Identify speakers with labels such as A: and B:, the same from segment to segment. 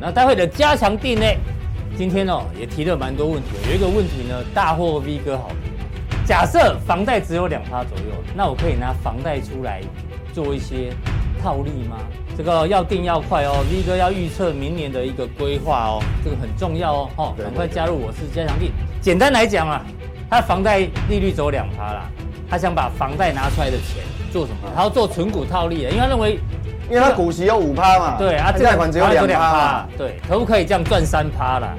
A: 那待会的加强地内，今天哦也提了蛮多问题，有一个问题呢，大获 V 哥好评。假设房贷只有两趴左右，那我可以拿房贷出来做一些套利吗？这个要定要快哦，V 哥要预测明年的一个规划哦，这个很重要哦，哦，
B: 对
A: 赶快加入我是加强地。简单来讲啊，他房贷利率只有两趴啦，他想把房贷拿出来的钱做什么？他要做存股套利的，因为他认为
B: 因为它股息有五趴嘛，
A: 对啊，
B: 它贷款只有两趴嘛。，
A: 对，可不可以这样赚三趴啦？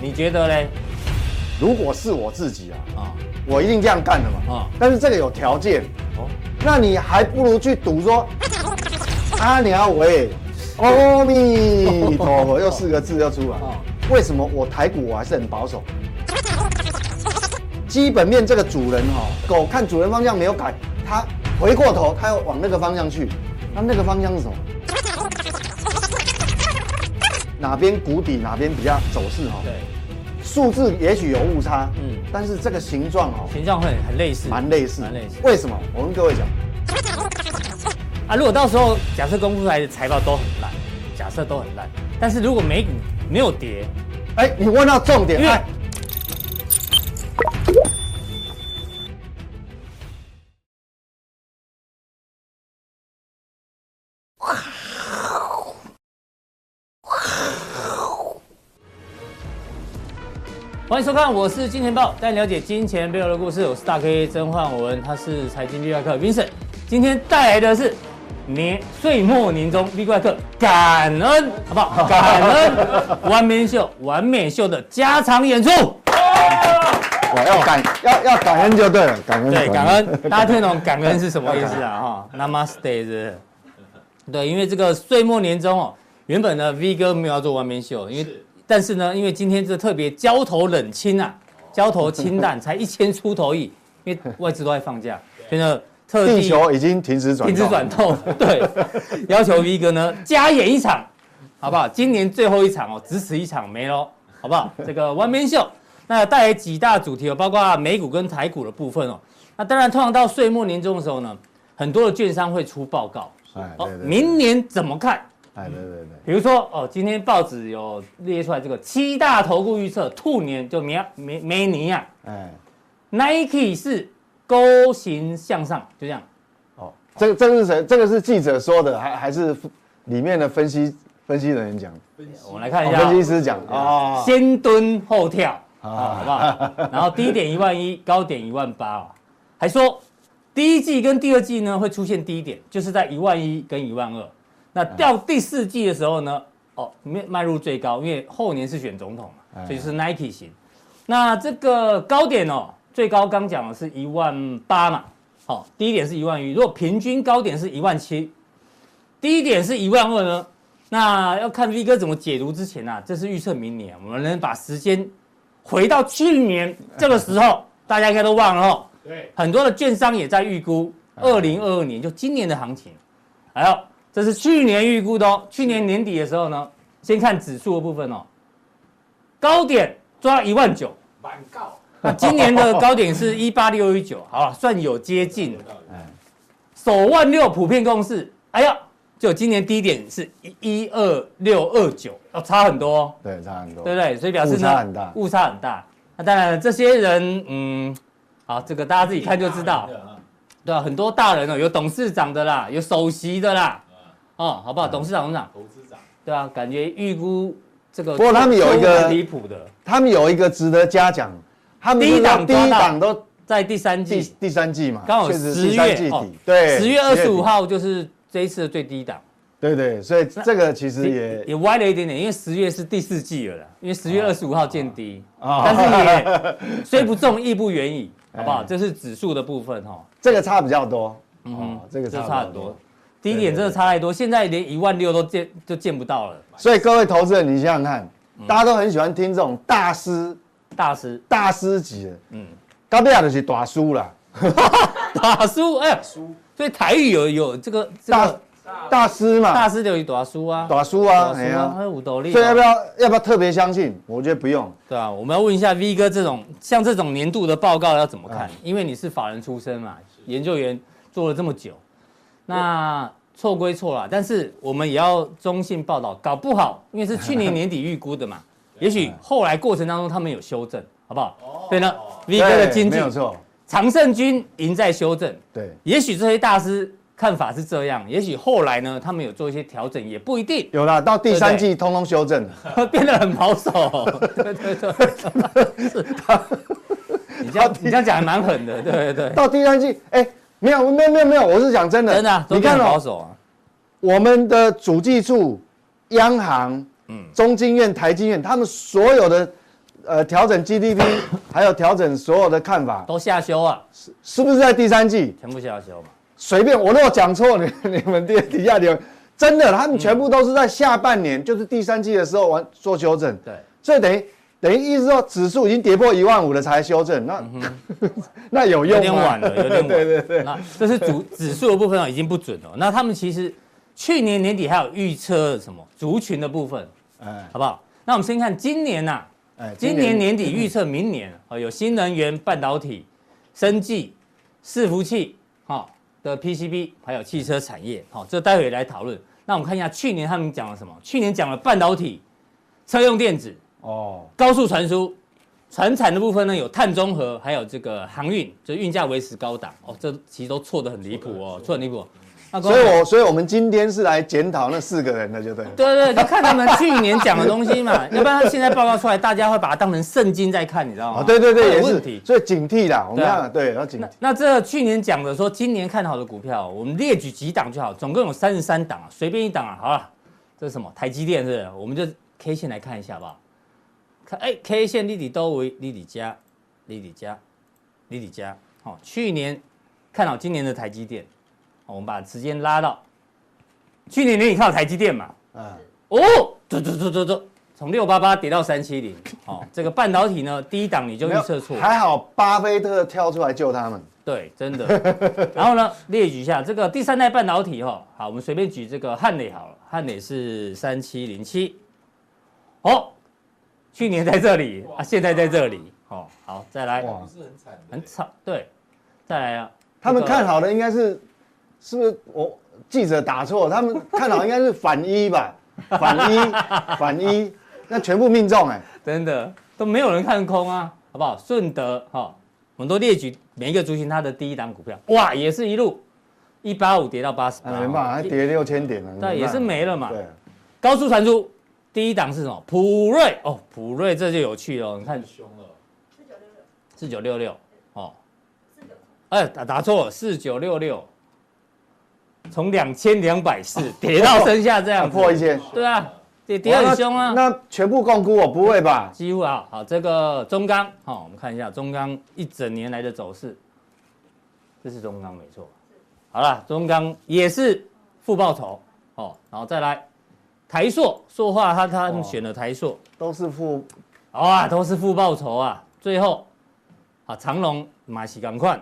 A: 你觉得嘞？
B: 如果是我自己啊，
A: 啊、
B: 我一定这样干的嘛。
A: 啊
B: 但是这个有条件，
A: 哦，
B: 那你还不如去 赌说，阿娘喂，阿弥陀佛，又四个字又出来
A: 哦。
B: 为什么我台股我还是很保守？基本面这个主人哈、哦，狗看主人方向没有改，它回过头，它要往那个方向去。那那个方向是什么？哪边谷底，哪边比较走势哈、
A: 对，
B: 数字也许有误差，
A: 嗯
B: 嗯，但是这个形状哦，
A: 形象会很很类似，
B: 蛮类似，
A: 蛮类似。
B: 为什么？我跟各位讲，
A: 啊，如果到时候假设公布出来的财报都很烂，假设都很烂，但是如果美股没有跌，
B: 哎、你问到重点，
A: 因为
B: 哎，
A: 欢迎收看，我是金钱豹，带你了解金钱背后的故事。我是大 K 曾焕文，他是财经 B 怪客 Vincent。今天带来的是年岁末年终 B 怪客感恩，好不好？感恩完美秀完美秀的加场演出。
B: 我要感要要感恩就对了，感恩
A: 对，感恩，大家听得懂感恩是什么意思 啊？哈，Namaste 是不是？对，因为这个岁末年终哦，原本呢 V 哥没有要做完面秀，因为但是呢，因为今天这特别焦头冷清啊，焦头清淡， 才一千出头亿，因为外资都在放假，所以呢特地
B: 地球已经停止转
A: 停
B: 动，
A: 止转动，对，要求 V 哥呢加演一场，好不好？今年最后一场哦，只此一场没喽，好不好？这个 One Man 秀，那带来几大主题哦，包括美股跟台股的部分哦。那当然，通常到岁末年终的时候呢，很多的券商会出报告，
B: 哎，
A: 哦
B: 对，对，对
A: 明年怎么看？
B: 哎，对对对，
A: 比如说哦，今天报纸有列出来这个七大投顾预测，兔年就明明明年啊
B: 哎，
A: ，Nike 是勾形向上，就这样。
B: 哦，这个这个是谁？这个是记者说的，还还是里面的分析分析人员讲的？
A: 我们来看一
B: 哦
A: 下哦、
B: 分析师讲的哦，
A: 先蹲后跳，啊，好不好？然后低点一万一，高点一万八哦，还说第一季跟第二季呢会出现低点，就是在一万一跟一万二。那到第四季的时候呢，哦，迈迈入最高，因为后年是选总统嘛，所以就是 Nike 型。那这个高点哦，最高刚讲的是一万八嘛，好、低点是一万一，如果平均高点是一万七，低点是一万二呢？那要看 V 哥怎么解读之前啊，这是预测明年，我们能把时间回到去年这个时候，大家应该都忘了哦。
C: 对，
A: 很多的券商也在预估二零二二年，就今年的行情。还有，这是去年预估的哦。去年年底的时候呢，先看指数的部分哦，高点抓一万九，
C: 晚告，
A: 那今年的高点是一八六一九，好了，算有接
C: 嗯
A: 近了。手腕六普遍共识，哎呀，就今年低点是一一二六二九，哦，差很多、哦。
B: 对，差很多，
A: 对不对？所以表示呢，
B: 误差很大
A: 误差很大那当然了，这些人，嗯，好，这个大家自己看就知道，对啊，很多大人哦，有董事长的啦，有首席的啦，哦，好不好？董事长、董事长，
C: 投资长，
A: 对啊，感觉预估这个，
B: 不过他们有一个
A: 离谱的，
B: 他们有一个值得嘉奖，他们
A: 第一档
B: 第一
A: 抓到
B: 档都
A: 在第三
B: 第
A: 季，
B: 第三季嘛，
A: 刚好
B: 确实
A: 十
B: 第三
A: 月
B: 季
A: 哦
B: 底，对，
A: 十月二十五
B: 底，
A: 号就是这一次的最低档，
B: 对对，所以这个其实
A: 也
B: 也
A: 也歪了一点点，因为十月是第四季了啦，因为十月二十五号见低，
B: 哦
A: 但是也虽不中亦不远矣，好不好？
B: 哎
A: 这是指数的部分哈、哦。
B: 这个差比较多，
A: 嗯
B: 哦，，这个
A: 就
B: 差
A: 差
B: 比
A: 很
B: 较
A: 多
B: 多。。
A: 第一点真的差太多，现在连一万六都见就见不到了，
B: 所以各位投资人，你想想看，
A: 嗯
B: 大家都很喜欢听这种大师
A: 大师
B: 大师级的，嗯，高贝尔就是大叔啦，
A: 大叔哎，
C: 输
A: 所以台语有有这个这
B: 大
A: 个
B: 大师嘛，
A: 大师就有大叔啊，
B: 大叔啊，
A: 大
B: 哎
A: 叔啊，
B: 呀
A: 还，有五斗笠啊，
B: 所以要不要要不要特别相信？我觉得不用，
A: 对啊，我们要问一下 V 哥这种像这种年度的报告要怎么
B: 啊
A: 看？因为你是法人出身嘛，研究员做了这么久，那错归错啦，但是我们也要中性报道，搞不好因为是去年年底预估的 嘛，也许后来过程当中他们有修正，好不好？所以呢，V 哥的
B: 哦对
A: 经
B: 没
A: 济，
B: 有错，
A: 常胜军赢在修正，
B: 对，
A: 也许这些大师看法是这样，也许后来呢他们有做一些调整，也不一定。
B: 有啦，到第
A: 对
B: 三
A: 不对
B: 季通通修正，
A: 变得很保守、对对对，是他。你这样你这样讲还蛮狠的，对对对，
B: 到第三季，哎，没有没有没有没有，我是讲真的，
A: 真的、啊，
B: 你
A: 都变
B: 看
A: 得很保
B: 哦，
A: 守啊，
B: 我们的主计处、央行、嗯，中经院、台经院，他们所有的呃调整 GDP，还有调整所有的看法，
A: 都下修啊，
B: 是不是在第三季？
A: 全部下修嘛。
B: 随便，我如果讲错，你 你们底底下留言。真的，他们全部都是在下半
A: 嗯
B: 年，就是第三季的时候完做修正。
A: 对，
B: 所以等于等于意思说，指数已经跌破一万五了才修正，那、 那有用
A: 有
B: 吗？
A: 点晚了，有点晚。
B: 对对对
A: 那这是主指数的部分啊，已经不准了。那他们其实去年年底还有预测什么族群的部分，
B: 哎
A: 好不好？那我们先看今年呐、
B: 哎，
A: 今年年底预测明年啊、有新能源、半导体、生技、伺服器哈、的 PCB，还有汽车产业，好、这待会来讨论。那我们看一下去年他们讲了什么？去年讲了半导体、车用电子、
B: 哦，
A: 高速传输、船产的部分呢，有碳中和，还有这个航运，就运价维持高档哦，这其实都错得很离谱哦，错得很离谱。那
B: 所以我所以我们今天是来检讨那四个人的，就对了。
A: 对对，就看他们去年讲的东西 嘛，要不然他现在报告出来，大家会把它当成圣经在看，你知道吗？
B: 哦，对对对，
A: 会有
B: 也
A: 问
B: 是
A: 题，。
B: 所以警惕啦，我们
A: 对啊
B: 要对要警惕
A: 那。那这去年讲的说今年看好的股票，我们列举几档就好，总共有三十三档啊，随便一档啊，好了，这是什么？台积电是不是我们就 K 线来看一下好不好？看，哎，K 线立底都为立底加，立底加，立底加，好、去年看好今年的台积电，好我们把时间拉到去年年底看好台积电嘛，
B: 啊，
A: 哦，走走走走走，从六八八跌到三七零，好，这个半导体呢，第一档你就预
B: 没有
A: 测错，
B: 还好巴菲特跳出来救他们。
A: 对，真的。 然后呢，列举一下这个第三代半导体哈、好，我们随便举这个汉磊好了，汉磊是三七零七，哦，去年在这里啊，现在在这里，哦，好，再来，
B: 哇，
C: 是很惨的
A: 很惨，对，再来啊，
B: 他们
A: 这个
B: 看好的应该是是不是我记者打错？他们看好应该是反一 吧，反一反一，那全部命中哎。
A: 真的都没有人看空啊，好不好？顺德哈、我们都列举每一个族群它的第一档股票，哇，也是一路一八五跌到八十八，
B: 啊，没办法，还跌六千点了。
A: 对，也是没了嘛，
B: 对，
A: 高速传输第一档是什么？普瑞哦，普瑞这就有趣了。你看
C: 太凶了，
A: 四九六六哦，哎打打错了，四九六六，从两千两百四跌到剩下这
B: 打
A: 样 子
B: 破一，千。哦
A: 对啊，跌跌很凶啊，
B: 那那全部共估我不会吧？
A: 几乎啊，好这个中钢哦好，我们看一下中钢一整年来的走势，这是中钢没错。好了，中钢也是负报酬哦，然后再来台塑塑化它，他他们选了台塑。
B: 都是负
A: 哇、啊都是负报酬啊！最后，啊，长隆马西赶快，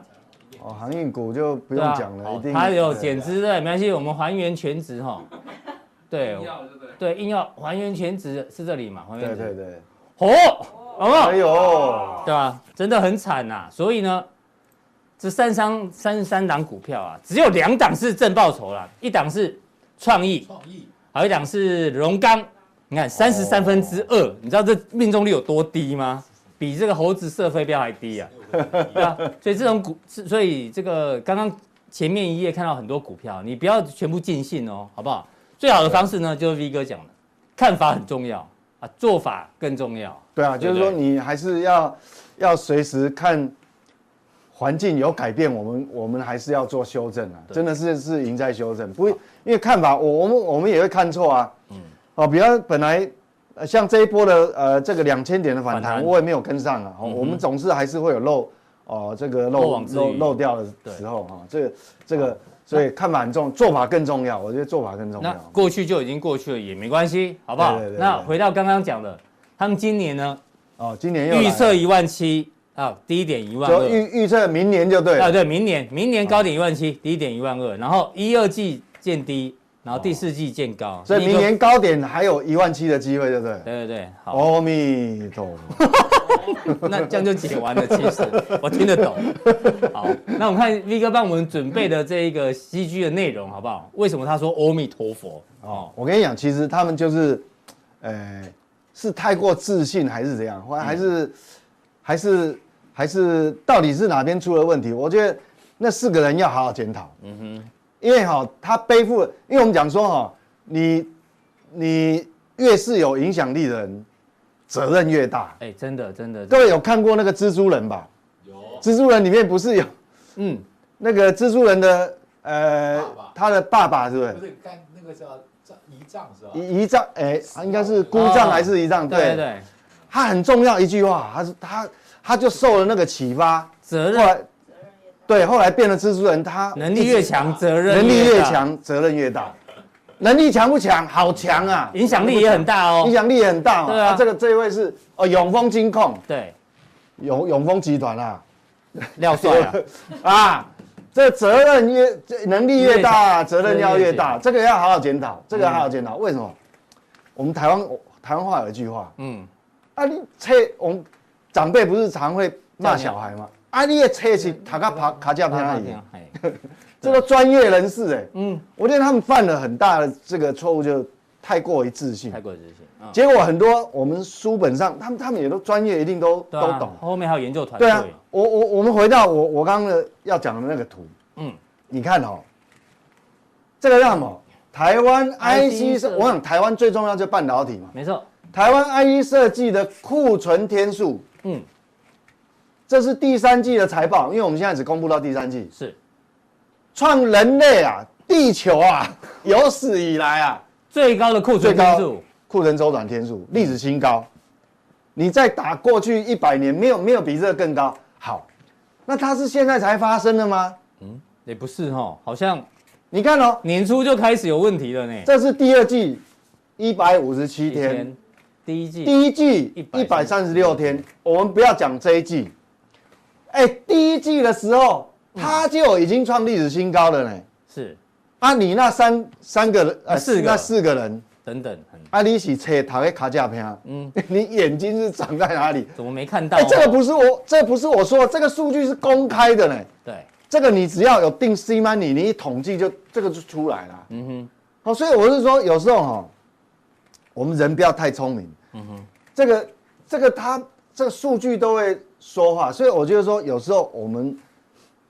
B: 哦，航运股就
A: 不
B: 不用讲了，一定
A: 它啊哦有
B: 对
A: 减资对，没关系，我们还原全值哈。对
C: 硬要对不对？
A: 对，硬要还原全值是这里嘛？还原
B: 对
A: 值，
B: 对对，
A: 哦，好不好
B: 哎？呦，
A: 对吧？真的很惨呐、所以呢，这三商三十三档股票啊，只有两档是正报酬啦，一档是创意，
C: 创 意
A: 还有一档是荣钢，你看三十三分之
B: 哦
A: 二，你知道这命中率有多低吗？比这个猴子射飞镖还低啊！对啊， 所以这种股，是所以这个刚刚前面一页看到很多股票，你不要全部尽信哦，好不好？最好的方式呢，就是 V 哥讲的，看法很重要啊，做法更重要。
B: 对啊，就是说
A: 对
B: 你还是要要随时看环境有改变，我们我们还是要做修正啊，
A: 对
B: 真的是是赢在修正，不因为看法，我我们我们也会看错啊，嗯，哦，比方本来。呃像这一波的呃，这个两千点的反
A: 反
B: 弹，
A: 弹嗯
B: 我也没有跟上啊。哦我们总是还是会有漏哦，这个
A: 漏
B: 漏
A: 网之
B: 漏
A: 鱼
B: 漏掉的时候哈，这个这个，所以看法很重，做法更重要。我觉得做法更重
A: 那
B: 要。
A: 过去就已经过去了，也没关系，好不好？
B: 对对对对
A: 那回到刚刚讲的，他们今年呢
B: 哦，今年又来了
A: 预测一万七啊，低点一万
B: 就
A: 二，
B: 预预测明年就对
A: 啊
B: 了。
A: 对，明年明年高点一万七，低点一万二，然后一二季见低，然后第四季见高，
B: 哦所以
A: 一
B: 明
A: 个
B: 年高点还有一万七的机会，对不对？
A: 对对对，好，
B: 阿弥陀佛，
A: 那这样就解完了。其实 我听得懂。好，那我们看 V 哥帮我们准备的这一个 CG 的内容好不好？为什么他说阿弥陀佛？哦，
B: 我跟你讲，其实他们就是，呃，是太过自信还是怎样，或还是、还是还是到底是哪边出了问题？我觉得那四个人要好好检讨。嗯哼，因为哈、他背负了，因为我们讲说哈、你你越是有影响力的人，责任越大。
A: 哎，真的真的，
B: 各位有看过那个蜘蛛人吧？有。蜘蛛人里面不是有
A: 嗯，
B: 那个蜘蛛人的呃
C: 爸爸
B: 他的爸爸是不是
C: 不？是干那个叫叫仪仗是吧？
B: 遗遗仗哎，应该是姑丈
A: 哦
B: 还是遗丈？
A: 对对对，
B: 他很重要一句话，他是他他就受了那个启发，
A: 责
B: 后
A: 任
B: 来对后来变了蜘蛛人，他
A: 能力越强，责任
B: 能力越
A: 大，
B: 强，责任越大，能力强不强？好强啊，
A: 影响力也很大哦
B: 影。响力也很大嘛。
A: 对啊
B: 这个这一位是哦永丰金控，
A: 对，
B: 永永丰集团啊
A: 廖帅 啊，
B: 啊，这责任越这能力越大，责任要越
A: 责任
B: 大，
A: 越
B: 这个要好好检讨，这个要好好检讨。为什么？我们台湾台湾话有一句话，
A: 嗯，
B: 啊，你切我们长辈不是常会骂小孩吗？
A: 嗯
B: 啊，你也切起他个爬卡架片而已，
A: 哎，
B: 这都专业人士哎、
A: 嗯，
B: 我觉得他们犯了很大的这个错误，就太过于自信
A: 太。过自信啊，
B: 结果很多我们书本上，他们他们也都专业，一定都、
A: 对
B: 都
A: 啊
B: 懂。
A: 后面还有研究团
B: 对啊
A: 队，，
B: 我我我们回到我我刚刚的要讲的那个图，
A: 嗯，
B: 你看哦，这个叫什么？台湾
A: 设
B: IC 设，我想台湾最重要就半导体嘛。
A: 没错，
B: 台湾 IE 设计的库存天数，
A: 嗯
B: 嗯，这是第三季的财报，因为我们现在只公布到第三季，
A: 是
B: 创人类啊，地球啊， 有史以来啊
A: 最高的库存
B: 最高
A: 天数，
B: 库存周转天数历史新高。你再打过去一百年，没有没有比这个更高。好，那它是现在才发生的吗？
A: 也不是哈，好像
B: 你看哦，
A: 年初就开始有问题了呢。
B: 这是第二季一百五十七
A: 一
B: 天，，
A: 第一季，
B: 第一季一百三十
A: 136
B: 六天，我们不要讲这一季。哎、第一季的时候，它就已经创历史新高了呢。
A: 是
B: 啊，你那三三个人，呃
A: 那四个
B: 那啊四个人，
A: 等等，很
B: 啊，你是车头的卡架片，嗯， 你眼睛是长在哪里？
A: 怎么没看到
B: 哎、
A: 啊？
B: 这个不是我，这不是我说的，这个数据是公开的呢。
A: 对，
B: 这个你只要有定 C money，你一统计就这个就出来了。嗯哼，好，所以我是说，有时候哈、我们人不要太聪明。嗯哼，这个这个它这个数据都会说话，所以我觉得说，有时候我们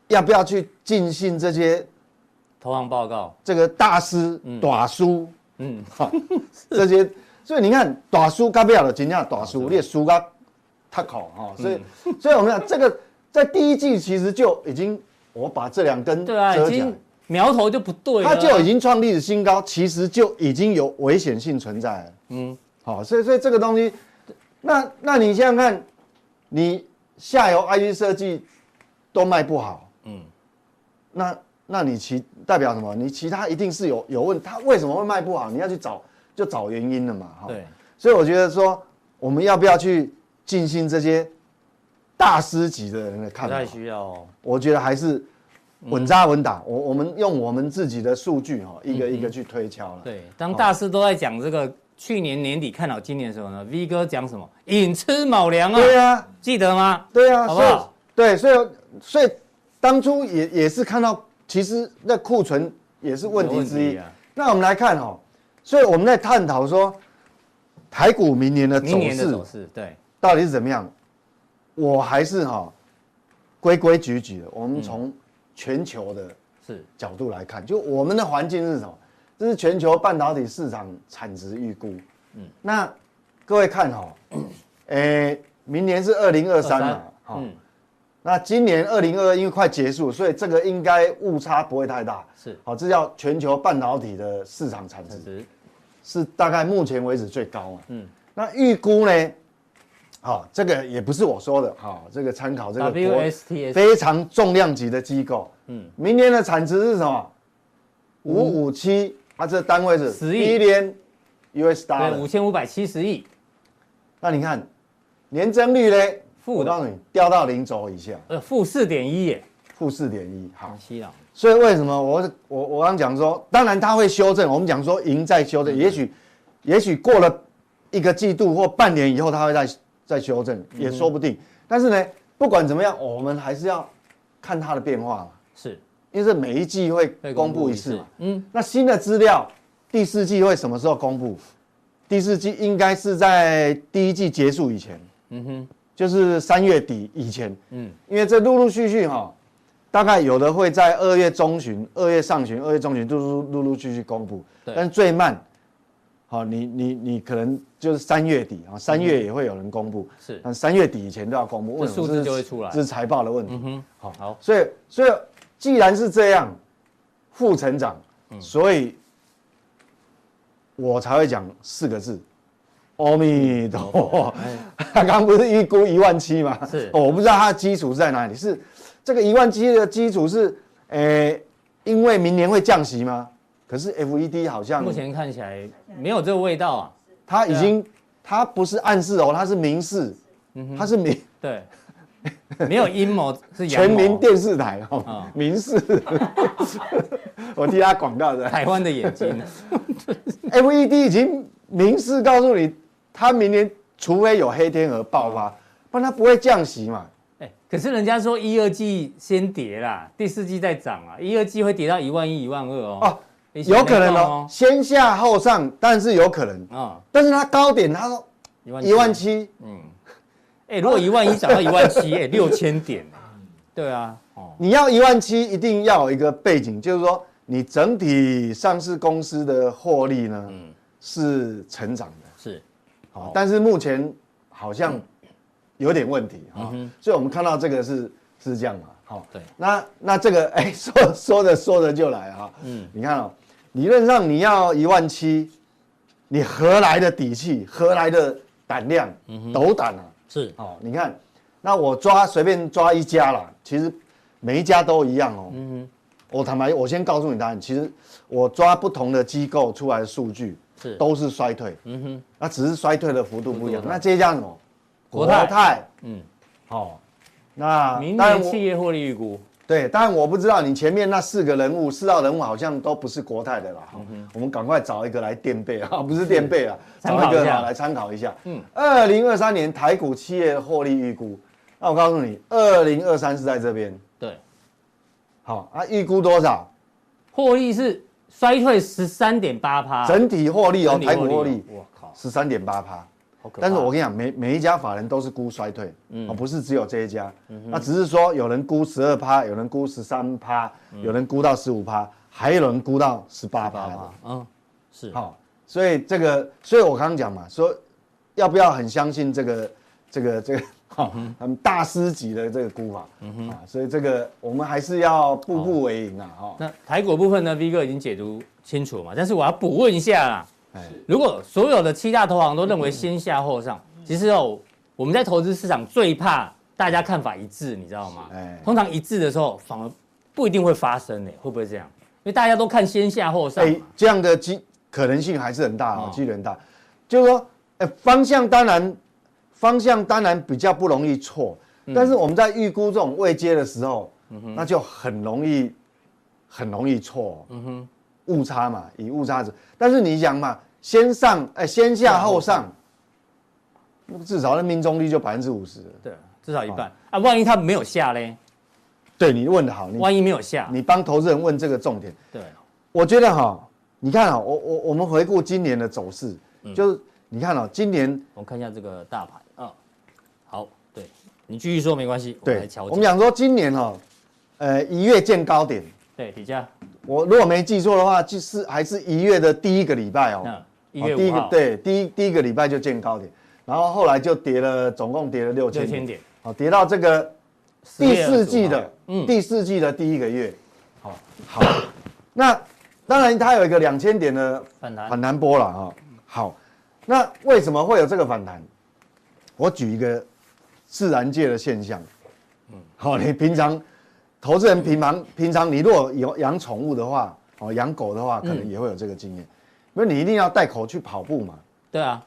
B: 要不要去尽信这些
A: 投行报告，
B: 这个大师、短书，
A: 嗯，
B: 这些，所以你看短书干不了的，啊真正短书，你的书啊，他口哈，
A: 嗯
B: 所以、所以我们讲这个在第一季其实就已经我把这两根
A: 对啊，
B: 遮
A: 已
B: 起来
A: 经。苗头就不对了啊，
B: 它就已经创历史新高，其实就已经有危险性存在了。嗯，好、所以所以这个东西，那那你想想看，你下游 IC 设计都卖不好，嗯，那那你其代表什么？你其他一定是有有问，它为什么会卖不好？你要去找就找原因了嘛，哈、
A: 对，
B: 所以我觉得说，我们要不要去尽信这些大师级的人的
A: 不
B: 看法
A: 太？需要嗯哦。
B: 我觉得还是稳扎稳打。我我们用我们自己的数据哈、一个一个去推敲了。
A: 嗯对，当大师都在讲这个去年年底看好今年的时候呢，V 哥讲什么？寅吃卯粮啊，
B: 对呀，
A: 记得吗？
B: 对呀，
A: 好不
B: 所以
A: 好
B: 对，所以所以当初也也是看到，其实那库存也是问题之
A: 有
B: 一。
A: 问题啊
B: 那我们来看哈、所以我们在探讨说，台股明年的走
A: 明年的
B: 势
A: 走势，对，
B: 到底是怎么样？我还是哈、规规矩矩的，我们从全球的。
A: 是
B: 角度来看，就我们的环境是什么？这是全球半导体市场产值预估。嗯，那各位看 哈、哦，诶、明年是二零二三啊哦嘛，哈、
A: 嗯，
B: 那今年二零二二因为快结束，所以这个应该误差不会太大。
A: 是
B: 好、这叫全球半导体的市场产值
A: 只是
B: 是大概目前为止最高嘛。
A: 嗯
B: 嗯，那预估呢？好、这个也不是我说的，好、这个参考这个国
A: WSTS
B: 非常重量级的机构。
A: 嗯
B: 嗯，明年的产值是什么？五五七，它这单位是
A: 10亿
B: billion US
A: 对五
B: dollar。
A: 千五百七十亿，
B: 那你看，年增率呢？
A: 负
B: 我
A: 的
B: 告诉你，掉到零轴以下，
A: 呃，负四点一耶，
B: 负四点一。好，
A: 西朗
B: 所以为什么我我我刚讲说，当然它会修正，我们讲嗯说赢在修正，也许也许过了一个季度或半年以后，它会再再修正也说不定。但是呢，不管怎么样，我们还是要看它的变化嘛，
A: 是
B: 因为这每一季会
A: 被
B: 公布一次嘛。
A: 嗯，
B: 那新的资料第四季会什么时候公布？第四季应该是在第一季结束以前，
A: 嗯哼，
B: 就是三月底以前，
A: 嗯，
B: 因为这陆陆续续哈、大概有的会在二月中旬、二月上旬、二月中旬陆陆陆陆续续公布，
A: 对
B: 但是最慢，好、你你你可能就是三月底啊，三月也会有人公布，
A: 是
B: 但三月底以前都要公布，
A: 这
B: 为什
A: 数
B: 么
A: 字
B: 这是
A: 就会出来
B: 这是财报的问题。
A: 嗯哼，
B: 好
A: 好，
B: 所以，所以既然是这样，负成长，
A: 嗯
B: 所以我才会讲四个字：阿弥陀佛。他 刚不是预估一万七吗？
A: 哎是
B: 哦我不知道它的基础是在哪里。是这个一万七的基础是，诶、因为明年会降息吗？可是 FED 好像
A: 目前看起来没有这个味道啊，嗯
B: 它已经，它不是暗示哦，它是明示，它是明
A: 对， 没有阴谋是阳
B: 全
A: 谋
B: 民电视台哦
A: 啊，
B: 明示。 我替他广告的。
A: 台湾的眼睛，
B: FED E 已经明示告诉你，它明年除非有黑天鹅爆发，不然它不会降息嘛。
A: 哎，可是人家说一二季先跌啦，第四季再涨啊，一二季会跌到一万一、一万二哦，
B: 哦，
A: 以前没
B: 有可能
A: 到
B: 哦，，先下后上，但是有可能。
A: 啊，
B: 但是它高点，它说
A: 一万
B: 一万，七，
A: 哎，如果一万一涨到一万七， 哎，六千点，对啊，哦，
B: 你要一万七，一定要有一个背景，就是说你整体上市公司的获利呢是成长的，
A: 是，
B: 嗯好，嗯但是目前好像有点问题哈，所以我们看到这个是是这样嘛，好，
A: 对，
B: 那那这个哎、 说说着说着就来啊，嗯，你看哦，理论上你要一万七，你何来的底气，何来的胆量，斗胆啊，
A: 是，
B: 哦，你看，那我抓随便抓一家啦，其实每一家都一样哦。
A: 嗯
B: 我坦白，我先告诉你答案，其实我抓不同的机构出来的数据
A: 哼，是，
B: 都是衰退，
A: 嗯哼，
B: 那只是衰退的幅度不一样
A: 幅。度
B: 那这一家什么？
A: 国泰嗯
B: 嗯，哦，那
A: 明
B: 当然
A: 年
B: 我
A: 企业获利预估，
B: 对，当然我不知道你前面那四个人物，四道人物好像都不是国泰的啦。哈我们赶快找一个来垫背啊， 不是垫背啊，
A: 参
B: 找
A: 考
B: 一
A: 一下
B: 个啊来参考一下。
A: 嗯
B: 嗯，二零二三年台股企业获利预估，那我告诉你，二零二三是在这边。
A: 对，
B: 好啊，预估多少？
A: 获利是衰退十三点八趴，
B: 啊整体获利哦，台股获利
A: 我靠，
B: 十三点八趴。
A: 好可怕。
B: 但是我跟你讲，每每一家法人都是估衰退，哦，不是只有这一家，那只是说有人估十二趴，有人估十三趴，有人估到十五趴，还有人估到嗯十八趴的。
A: 嗯，是
B: 好、所以这个，所以我刚刚讲嘛，说要不要很相信这个这个这个， 好、
A: 嗯
B: 他们大师级的这个估法，啊，所以这个我们还是要步步为营啊，哈、
A: 那台股部分呢，V 哥已经解读清楚嘛，但是我要补问一下啦，
B: 哎，
A: 如果所有的七大投行都认为先下后上，其实哦，我们在投资市场最怕大家看法一致，你知道吗？
B: 哎
A: 通常一致的时候，反而不一定会发生呢，会不会这样？因为大家都看先下后上
B: 哎、
A: 嘛，
B: 这样的机可能性还是很大
A: 哦
B: 哦，几率很大。就是说，哎、方向当然方向当然比较不容易错，
A: 嗯
B: 但是我们在预估这种未接的时候，那就很容易很容易错、
A: 嗯哼，
B: 误差嘛，以误差值。但是你想嘛，先上哎、先下后上，那至少那命中率就百分之五十。
A: 对，至少一
B: 哦
A: 半、啊，万一他没有下嘞，
B: 对你问的好，你
A: 万一没有下，
B: 你帮投资人问这个重点。
A: 对，
B: 我觉得哈，你看啊哈，我我我们回顾今年的走势，
A: 嗯
B: 就是你看哦，今年
A: 我们看一下这个大盘啊、好，对你继续说没关系，我来
B: 对，
A: 调
B: 我
A: 整
B: 们。讲说今年哈，呃，一月见高点，
A: 对，底价，
B: 我如果没记错的话，就是还是一月的第一个礼拜哦
A: 那，一月
B: 哦第一
A: 五
B: 个
A: 号，，
B: 对，第一第一个礼拜就见高点，然后后来就跌了，总共跌了六
A: 六
B: 千
A: 千
B: 点，
A: 点，
B: 好，跌到这个第四季的，
A: 嗯
B: 第四季的第一个月，好，好，那当然它有一个两千点的
A: 反弹，
B: 反弹波了啊、好，那为什么会有这个反弹？我举一个自然界的现象。好、你平常投资人平常平常你如果有养宠物的话，哦，养狗的话，可能也会有这个经验，因为你一定要带口去跑步嘛，
A: 对啊，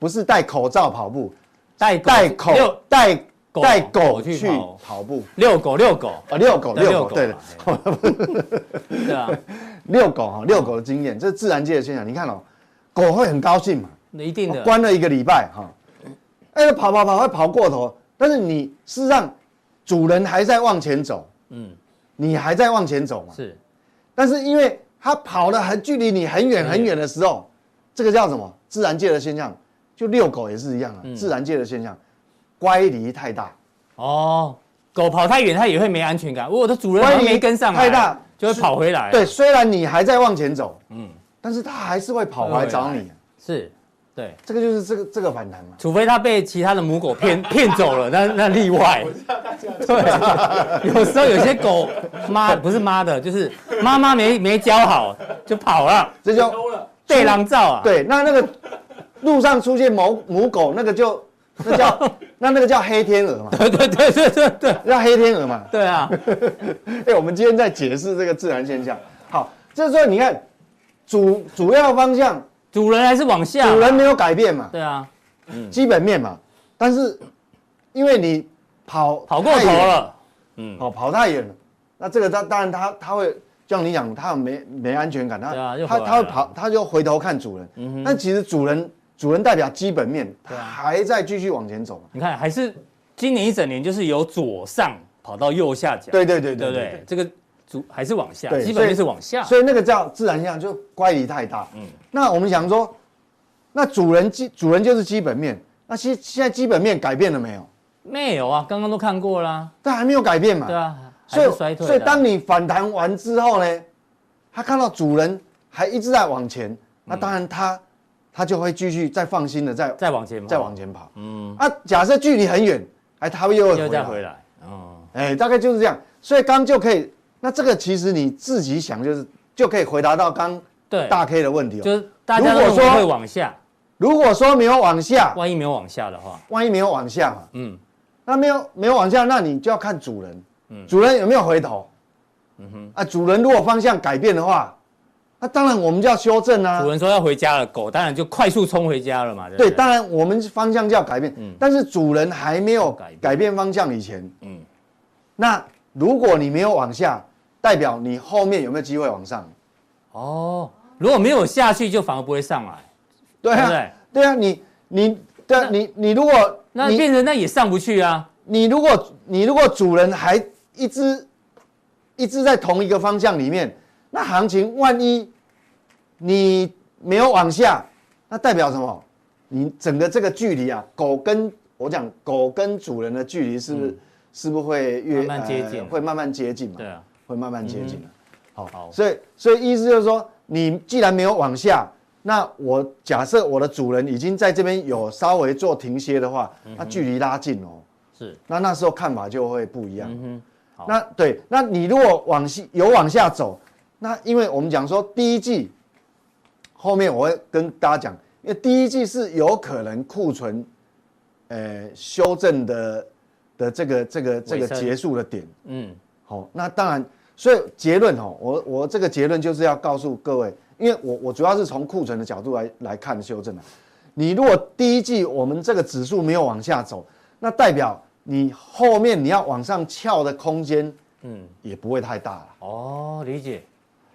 B: 不是戴口罩跑步，
A: 带
B: 戴口
A: 遛
B: 带
A: 狗
B: 带
A: 狗
B: 狗
A: 去
B: 去
A: 跑
B: 跑步。
A: 遛狗遛狗，
B: 啊，遛狗，
A: 遛
B: 遛
A: 狗
B: 狗，对的
A: 啊，对啊，
B: 遛狗哈，遛狗的经验，这是自然界的现象。你看哦，狗会很高兴嘛，
A: 那一定的，
B: 关了一个礼拜哈，哎，跑跑跑会跑过头，但是你事实上主人还在往前走，
A: 嗯，
B: 你还在往前走嘛？
A: 是
B: 但是因为它跑了很距离你很远很远的时候，这个叫什么？自然界的现象，就遛狗也是一样啊，自然界的现象，乖离太大，
A: 哦，狗跑太远它也会没安全感，我的主人好像没跟上来，
B: 太大
A: 就会跑回来。
B: 对，，虽然你还在往前走，
A: 哎嗯，
B: 但是它还是会跑回来找
A: 会
B: 你，啊
A: 是，对，
B: 这个就是这个这个反弹嘛。
A: 除非它被其他的母狗骗骗走了，那那例外。对，啊有时候有些狗妈不是妈的，就是妈妈没没教好就跑了，
B: 这就
C: 偷了，
A: 被狼照啊。，
B: 对，那那个路上出现某母狗，那个就那 叫那那个叫黑天鹅嘛，
A: 对对对对对对
B: 叫黑天鹅嘛。
A: 对啊，
B: 哎、我们今天在解释这个自然现象。好，这时候你看主主要方向，
A: 主人还是往下。
B: 主人没有改变嘛，
A: 对啊，
B: 基本面嘛，但是因为你跑
A: 跑过
B: 太
A: 头
B: 远，
A: 了。
B: 跑跑太远了，那这个他当然他他会。就像你讲，他没没安全感，他、
A: 对啊又
B: 他
A: 回来
B: 他会
A: 了嗯
B: 跑，他就回头看主人。但其实主人主人代表基本面，他
A: 啊
B: 还在继续往前走嘛。
A: 你看，还是今年一整年就是由左上跑到右下角，
B: 对对对
A: 对
B: 对
A: 不
B: 对
A: 对？这个主还是往下，
B: 对
A: 基本面是往下。
B: 所以那个叫自然现象，就乖离太大。嗯，那我们想说，那主人基主人就是基本面，那现现在基本面改变了没有？
A: 没有啊，刚刚都看过啦。
B: 但还没有改变嘛。
A: 对啊，还
B: 所
A: 是
B: 以
A: 衰退的啊。
B: 所以当你反弹完之后呢，他看到主人还一直在往
A: 嗯
B: 前，那当然他、他就会继续再放心的再
A: 再往前跑，
B: 再往前跑。
A: 嗯，
B: 啊，假设距离很远，哎，他会又会
A: 又
B: 回
A: 再
B: 来。
A: 回来。哦，
B: 哎，大概就是这样。所以刚就可以，那这个其实你自己想就是就可以回答到刚
A: 对，
B: 大 K 的问题、哦。
A: 就是大家都认
B: 如果说
A: 为会往下，
B: 如果说没有往下，
A: 万一没有往下的话，
B: 万一没有往下嘛，
A: 嗯，
B: 那没有没有往下，那你就要看主人，
A: 嗯
B: 主人有没有回头，啊，主人如果方向改变的话，那当然我们就要修正啊
A: 主，人说要回家了，狗当然就快速冲回家了嘛。对不
B: 对，
A: 对，嗯
B: 当然我们方向就要改变，但是主人还没有
A: 改变
B: 改变方向以前，
A: 嗯
B: 那如果你没有往下，代表你后面有没有机会往上？
A: 哦，如果没有下去，就反而不会上来。
B: 对
A: 对不
B: 啊
A: 对，
B: 对啊，你你对啊，你你如果
A: 那
B: 你
A: 变成那也上不去啊。
B: 你如果你如果主人还一直一直在同一个方向里面，那行情万一你没有往下，那代表什么？你整个这个距离啊，狗跟我讲狗跟主人的距离是不是、是不是会
A: 嗯慢
B: 越呃
A: 慢接近
B: 会慢慢接近嘛？
A: 对啊，
B: 会慢慢接近的。好，
A: 好
B: 所以所以意思就是说，你既然没有往下，那我假设我的主人已经在这边有稍微做停歇的话，
A: 嗯
B: 那距离拉近哦。
A: 是，
B: 那那时候看法就会不一样。
A: 嗯好
B: 那对，那你如果往西有往下走，那因为我们讲说第一季，后面我会跟大家讲，因为第一季是有可能库存，呃，修正的的这个这个这个
A: 尾声
B: 结束的点。
A: 哼，嗯，
B: 好、那当然，所以结论哦，我我这个结论就是要告诉各位，因为我我主要是从库存的角度来来看修正的。你如果第一季我们这个指数没有往下走，那代表你后面你要往上翘的空间，嗯
A: 嗯，
B: 也不会太大了。
A: 哦，理解。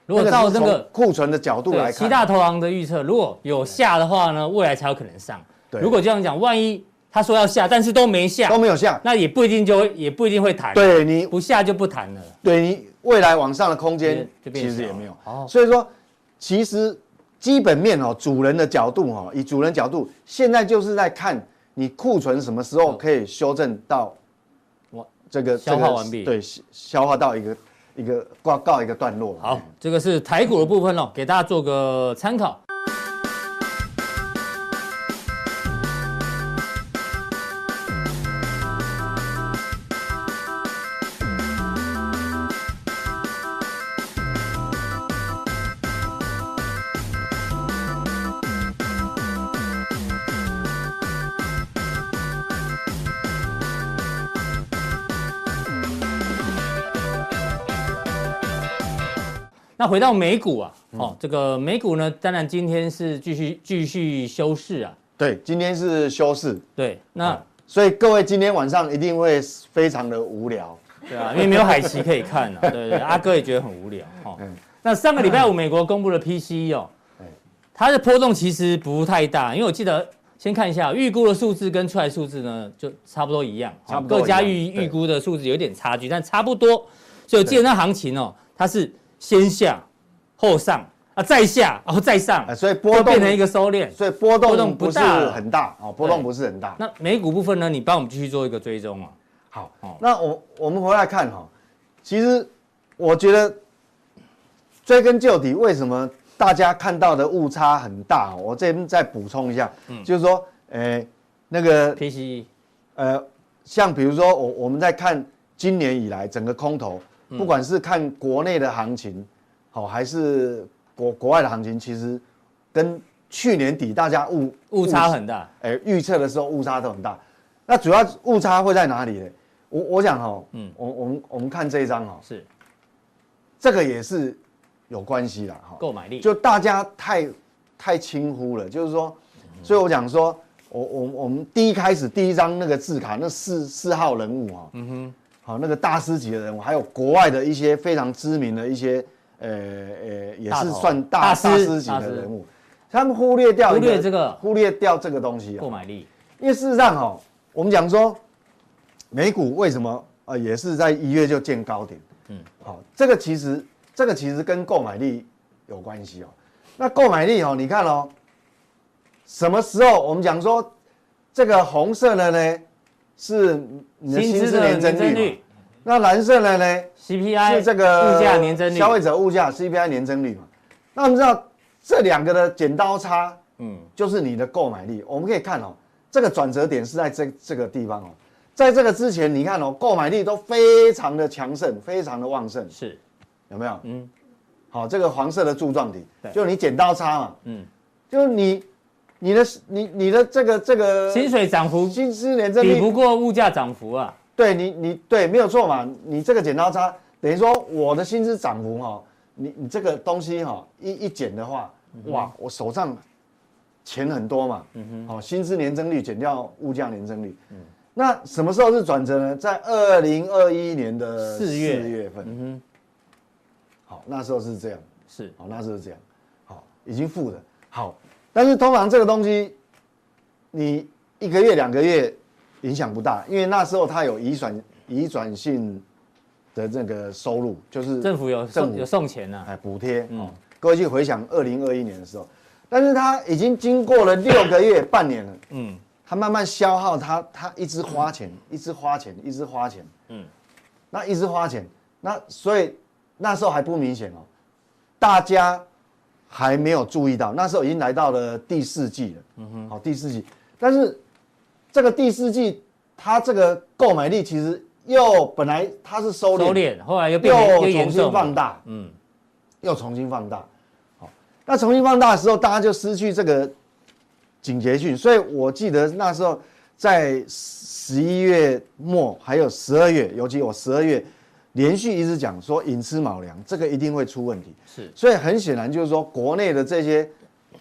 A: 如果照这
B: 是从
A: 个
B: 库存的角度
A: 对，
B: 来
A: 七
B: 看，
A: 大投行的预测，如果有下的话呢，未来才有可能上。
B: 对
A: 如果这样讲，万一他说要下，但是都没下
B: 都，没有下，
A: 那也不一定就会也不一定会谈。，
B: 对你
A: 不下就不谈了。
B: 对你未来往上的空间
A: 就变
B: 其实
A: 小
B: 也
A: 了
B: 没有。
A: 哦
B: 所以说，其实基本面哦，主人的角度哦，以主人角度，现在就是在看你库存什么时候可以修正到
A: 哇
B: 这个
A: 消化
B: 这个
A: 完毕
B: 对，消消化到一个一个告告一个段落了。
A: 好，这个是台股的部分哦，给大家做个参考。那回到美股啊，
B: 嗯
A: 哦，这个美股呢，当然今天是继续继续休市啊。
B: 对，今天是休市，
A: 对，那
B: 所以各位今天晚上一定会非常的无聊。
A: 对啊，因为没有海奇可以看啊。对对对，阿哥也觉得很无聊哦。
B: 嗯
A: 那上个礼拜五美国公布了 PCE 哦，它的波动其实不太大，因为我记得先看一下预估的数字跟出来数字呢，就差不多一样，
B: 差
A: 好
B: 不多
A: 各家
B: 一样
A: 预
B: 对
A: 预估的数字有点差距，但差不多。所以我记得那行情哦，它是先下后上啊，再下然后再上
B: 呃，所以波
A: 就
B: 动
A: 变成一个收敛。
B: 所以波
A: 波
B: 动
A: 动
B: 不
A: 不
B: 是
A: 大了
B: 很大哦，波
A: 对
B: 动不是很大。
A: 那美股部分呢，你帮我们继续做一个追踪啊。
B: 好
A: 哦，
B: 那我我们回来看哈，其实我觉得追根究底，为什么大家看到的误差很大？我这边再补充一下，
A: 嗯
B: 就是说，呃，那个
A: PCE
B: 呃，像比如说我我们在看今年以来整个空头，
A: 嗯
B: 不管是看国内的行情，好、还是国国外的行情，其实跟去年底大家误
A: 误差很大，
B: 哎，预测的时候误差都很大。那主要误差会在哪里呢？我我想哈、嗯
A: 嗯，
B: 我我们我们看这一张哈、
A: 是
B: 这个也是有关系啦哈、
A: 购买力。
B: 就大家太太轻忽了，就是说，
A: 嗯
B: 所以我讲说，我我我们第一开始第一张那个字卡，那四四号人物哈、嗯哼，好、那个大师级的人物，还有国外的一些非常知名的一些呃呃，也
A: 大
B: 是
A: 头
B: 算大
A: 大师
B: 级
A: 大
B: 的
A: 师
B: 人物，他们忽略掉一
A: 忽略这个
B: 忽略掉这个东西、啊
A: 购。买力，
B: 因为事实上哈、哦，我们讲说，美股为什么呃也是在一月就见高点？嗯，好、这个其实这个其实跟购买力有关系哦。那购买力哦，你看哦，什么时候我们讲说这个红色的呢是你的薪资年增率哎嘛，那蓝色的呢
A: ，CPI
B: 是这个
A: 物价年增率，
B: 消费者物价 CPI 年增率嘛。那我们知道这两个的剪刀差
A: 嗯，
B: 就是你的购买力。我们可以看哦，这个转折点是在这这个地方哦，在这个之前，你看哦，购买力都非常的强盛，非常的旺盛，
A: 是
B: 有没有？
A: 嗯，
B: 好、这个黄色的柱状体
A: 对，
B: 就你剪刀差嘛，
A: 嗯，
B: 就是你你的你你的这个这个
A: 薪水涨幅
B: 薪资年增
A: 比
B: 率
A: 不，过物价涨幅啊，
B: 对你你对没有错嘛，你这个剪刀差等于说我的薪资涨幅哈、哦，你你这个东西哈、哦、一一减的话，
A: 嗯
B: 哇，我手上钱很多嘛，好、薪资年增率减掉物价年增率，
A: 嗯
B: 那什么时候是转折呢？在二零二一年的
A: 四月
B: 四月份，
A: 嗯
B: 好，那时候是这样，
A: 哼，是
B: 好，哦那时候是这样，好，已经负的，好，但是通常这个东西，你一个月两个月影响不大，因为那时候它有移转移转性的这个收入，就是
A: 政府有
B: 政
A: 送有
B: 府
A: 送钱啊，
B: 哎补贴，
A: 嗯，
B: 各位去回想二零二一年的时候，但是它已经经过了六个月、半年了，
A: 嗯，
B: 他慢慢消耗他，他一直花钱，一直花钱，一直花钱，嗯
A: 嗯，
B: 那一直花钱，那所以那时候还不明显哦，大家还没有注意到，那时候已经来到了第四季了，嗯哼，好第四季，但是这个第四季它这个购买力其实又本来它是收
A: 收
B: 敛，
A: 敛，后来又变得
B: 又
A: 又
B: 重
A: 严
B: 新
A: 重
B: 放
A: 了，
B: 大，
A: 嗯，
B: 又重新放大。好，那重新放大的时候，大家就失去这个警觉性。所以我记得那时候在十一月末，还有十二月，尤其我十二月连续一直讲说寅吃卯粮，这个一定会出问题。
A: 是，
B: 所以很显然就是说，国内的这些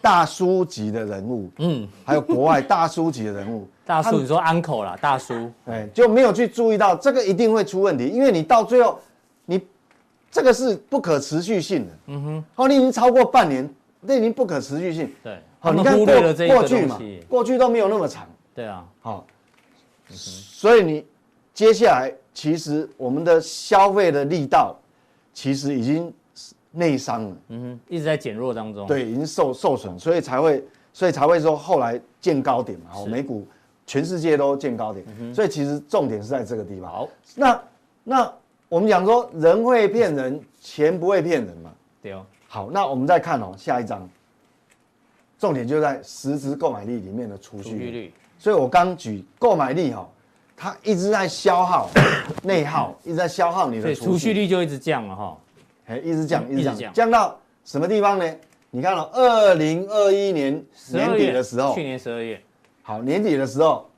B: 大叔级的人物，
A: 嗯，
B: 还有国外大叔级的人物，
A: 大叔你说 uncle 啦，大叔，
B: 哎，就没有去注意到这个一定会出问题，因为你到最后，你这个是不可持续性的。嗯哼，哦，你已经超过半年，那已经不可持续性。
A: 对，他
B: 好、你
A: 们
B: 看
A: 忽
B: 过
A: 略了这一
B: 过
A: 个
B: 去
A: 东
B: 嘛
A: 西，，嗯
B: 过去都没有那么长。
A: 对啊，
B: 好、所以你接下来其实我们的消费的力道，其实已经内伤了。
A: 嗯哼，一直在减弱当中，，
B: 对，已经受受损，所以才会，所以才会说后来见高点嘛，好，哦美股全世界都见高点，
A: 嗯
B: 所以其实重点是在这个地方。
A: 好，
B: 那那我们讲说人会骗人，钱不会骗人嘛。
A: 对哦，
B: 好，那我们再看哦，下一章，重点就在实质购买力里面的储
A: 储
B: 蓄
A: 蓄
B: 率。
A: 率，
B: 所以我刚举购买力哈、哦，它一直在消耗内耗，一直在消耗你
A: 所
B: 的
A: 以
B: 储
A: 储
B: 蓄
A: 蓄率就一直降了哈，
B: 哎，一直降，
A: 嗯
B: 一直降
A: 一直，降
B: 降到什么地方呢？你看哦，二零二一年
A: 12
B: 年底
A: 月
B: 的时候
A: 去，年十二月，
B: 好，年底的时候，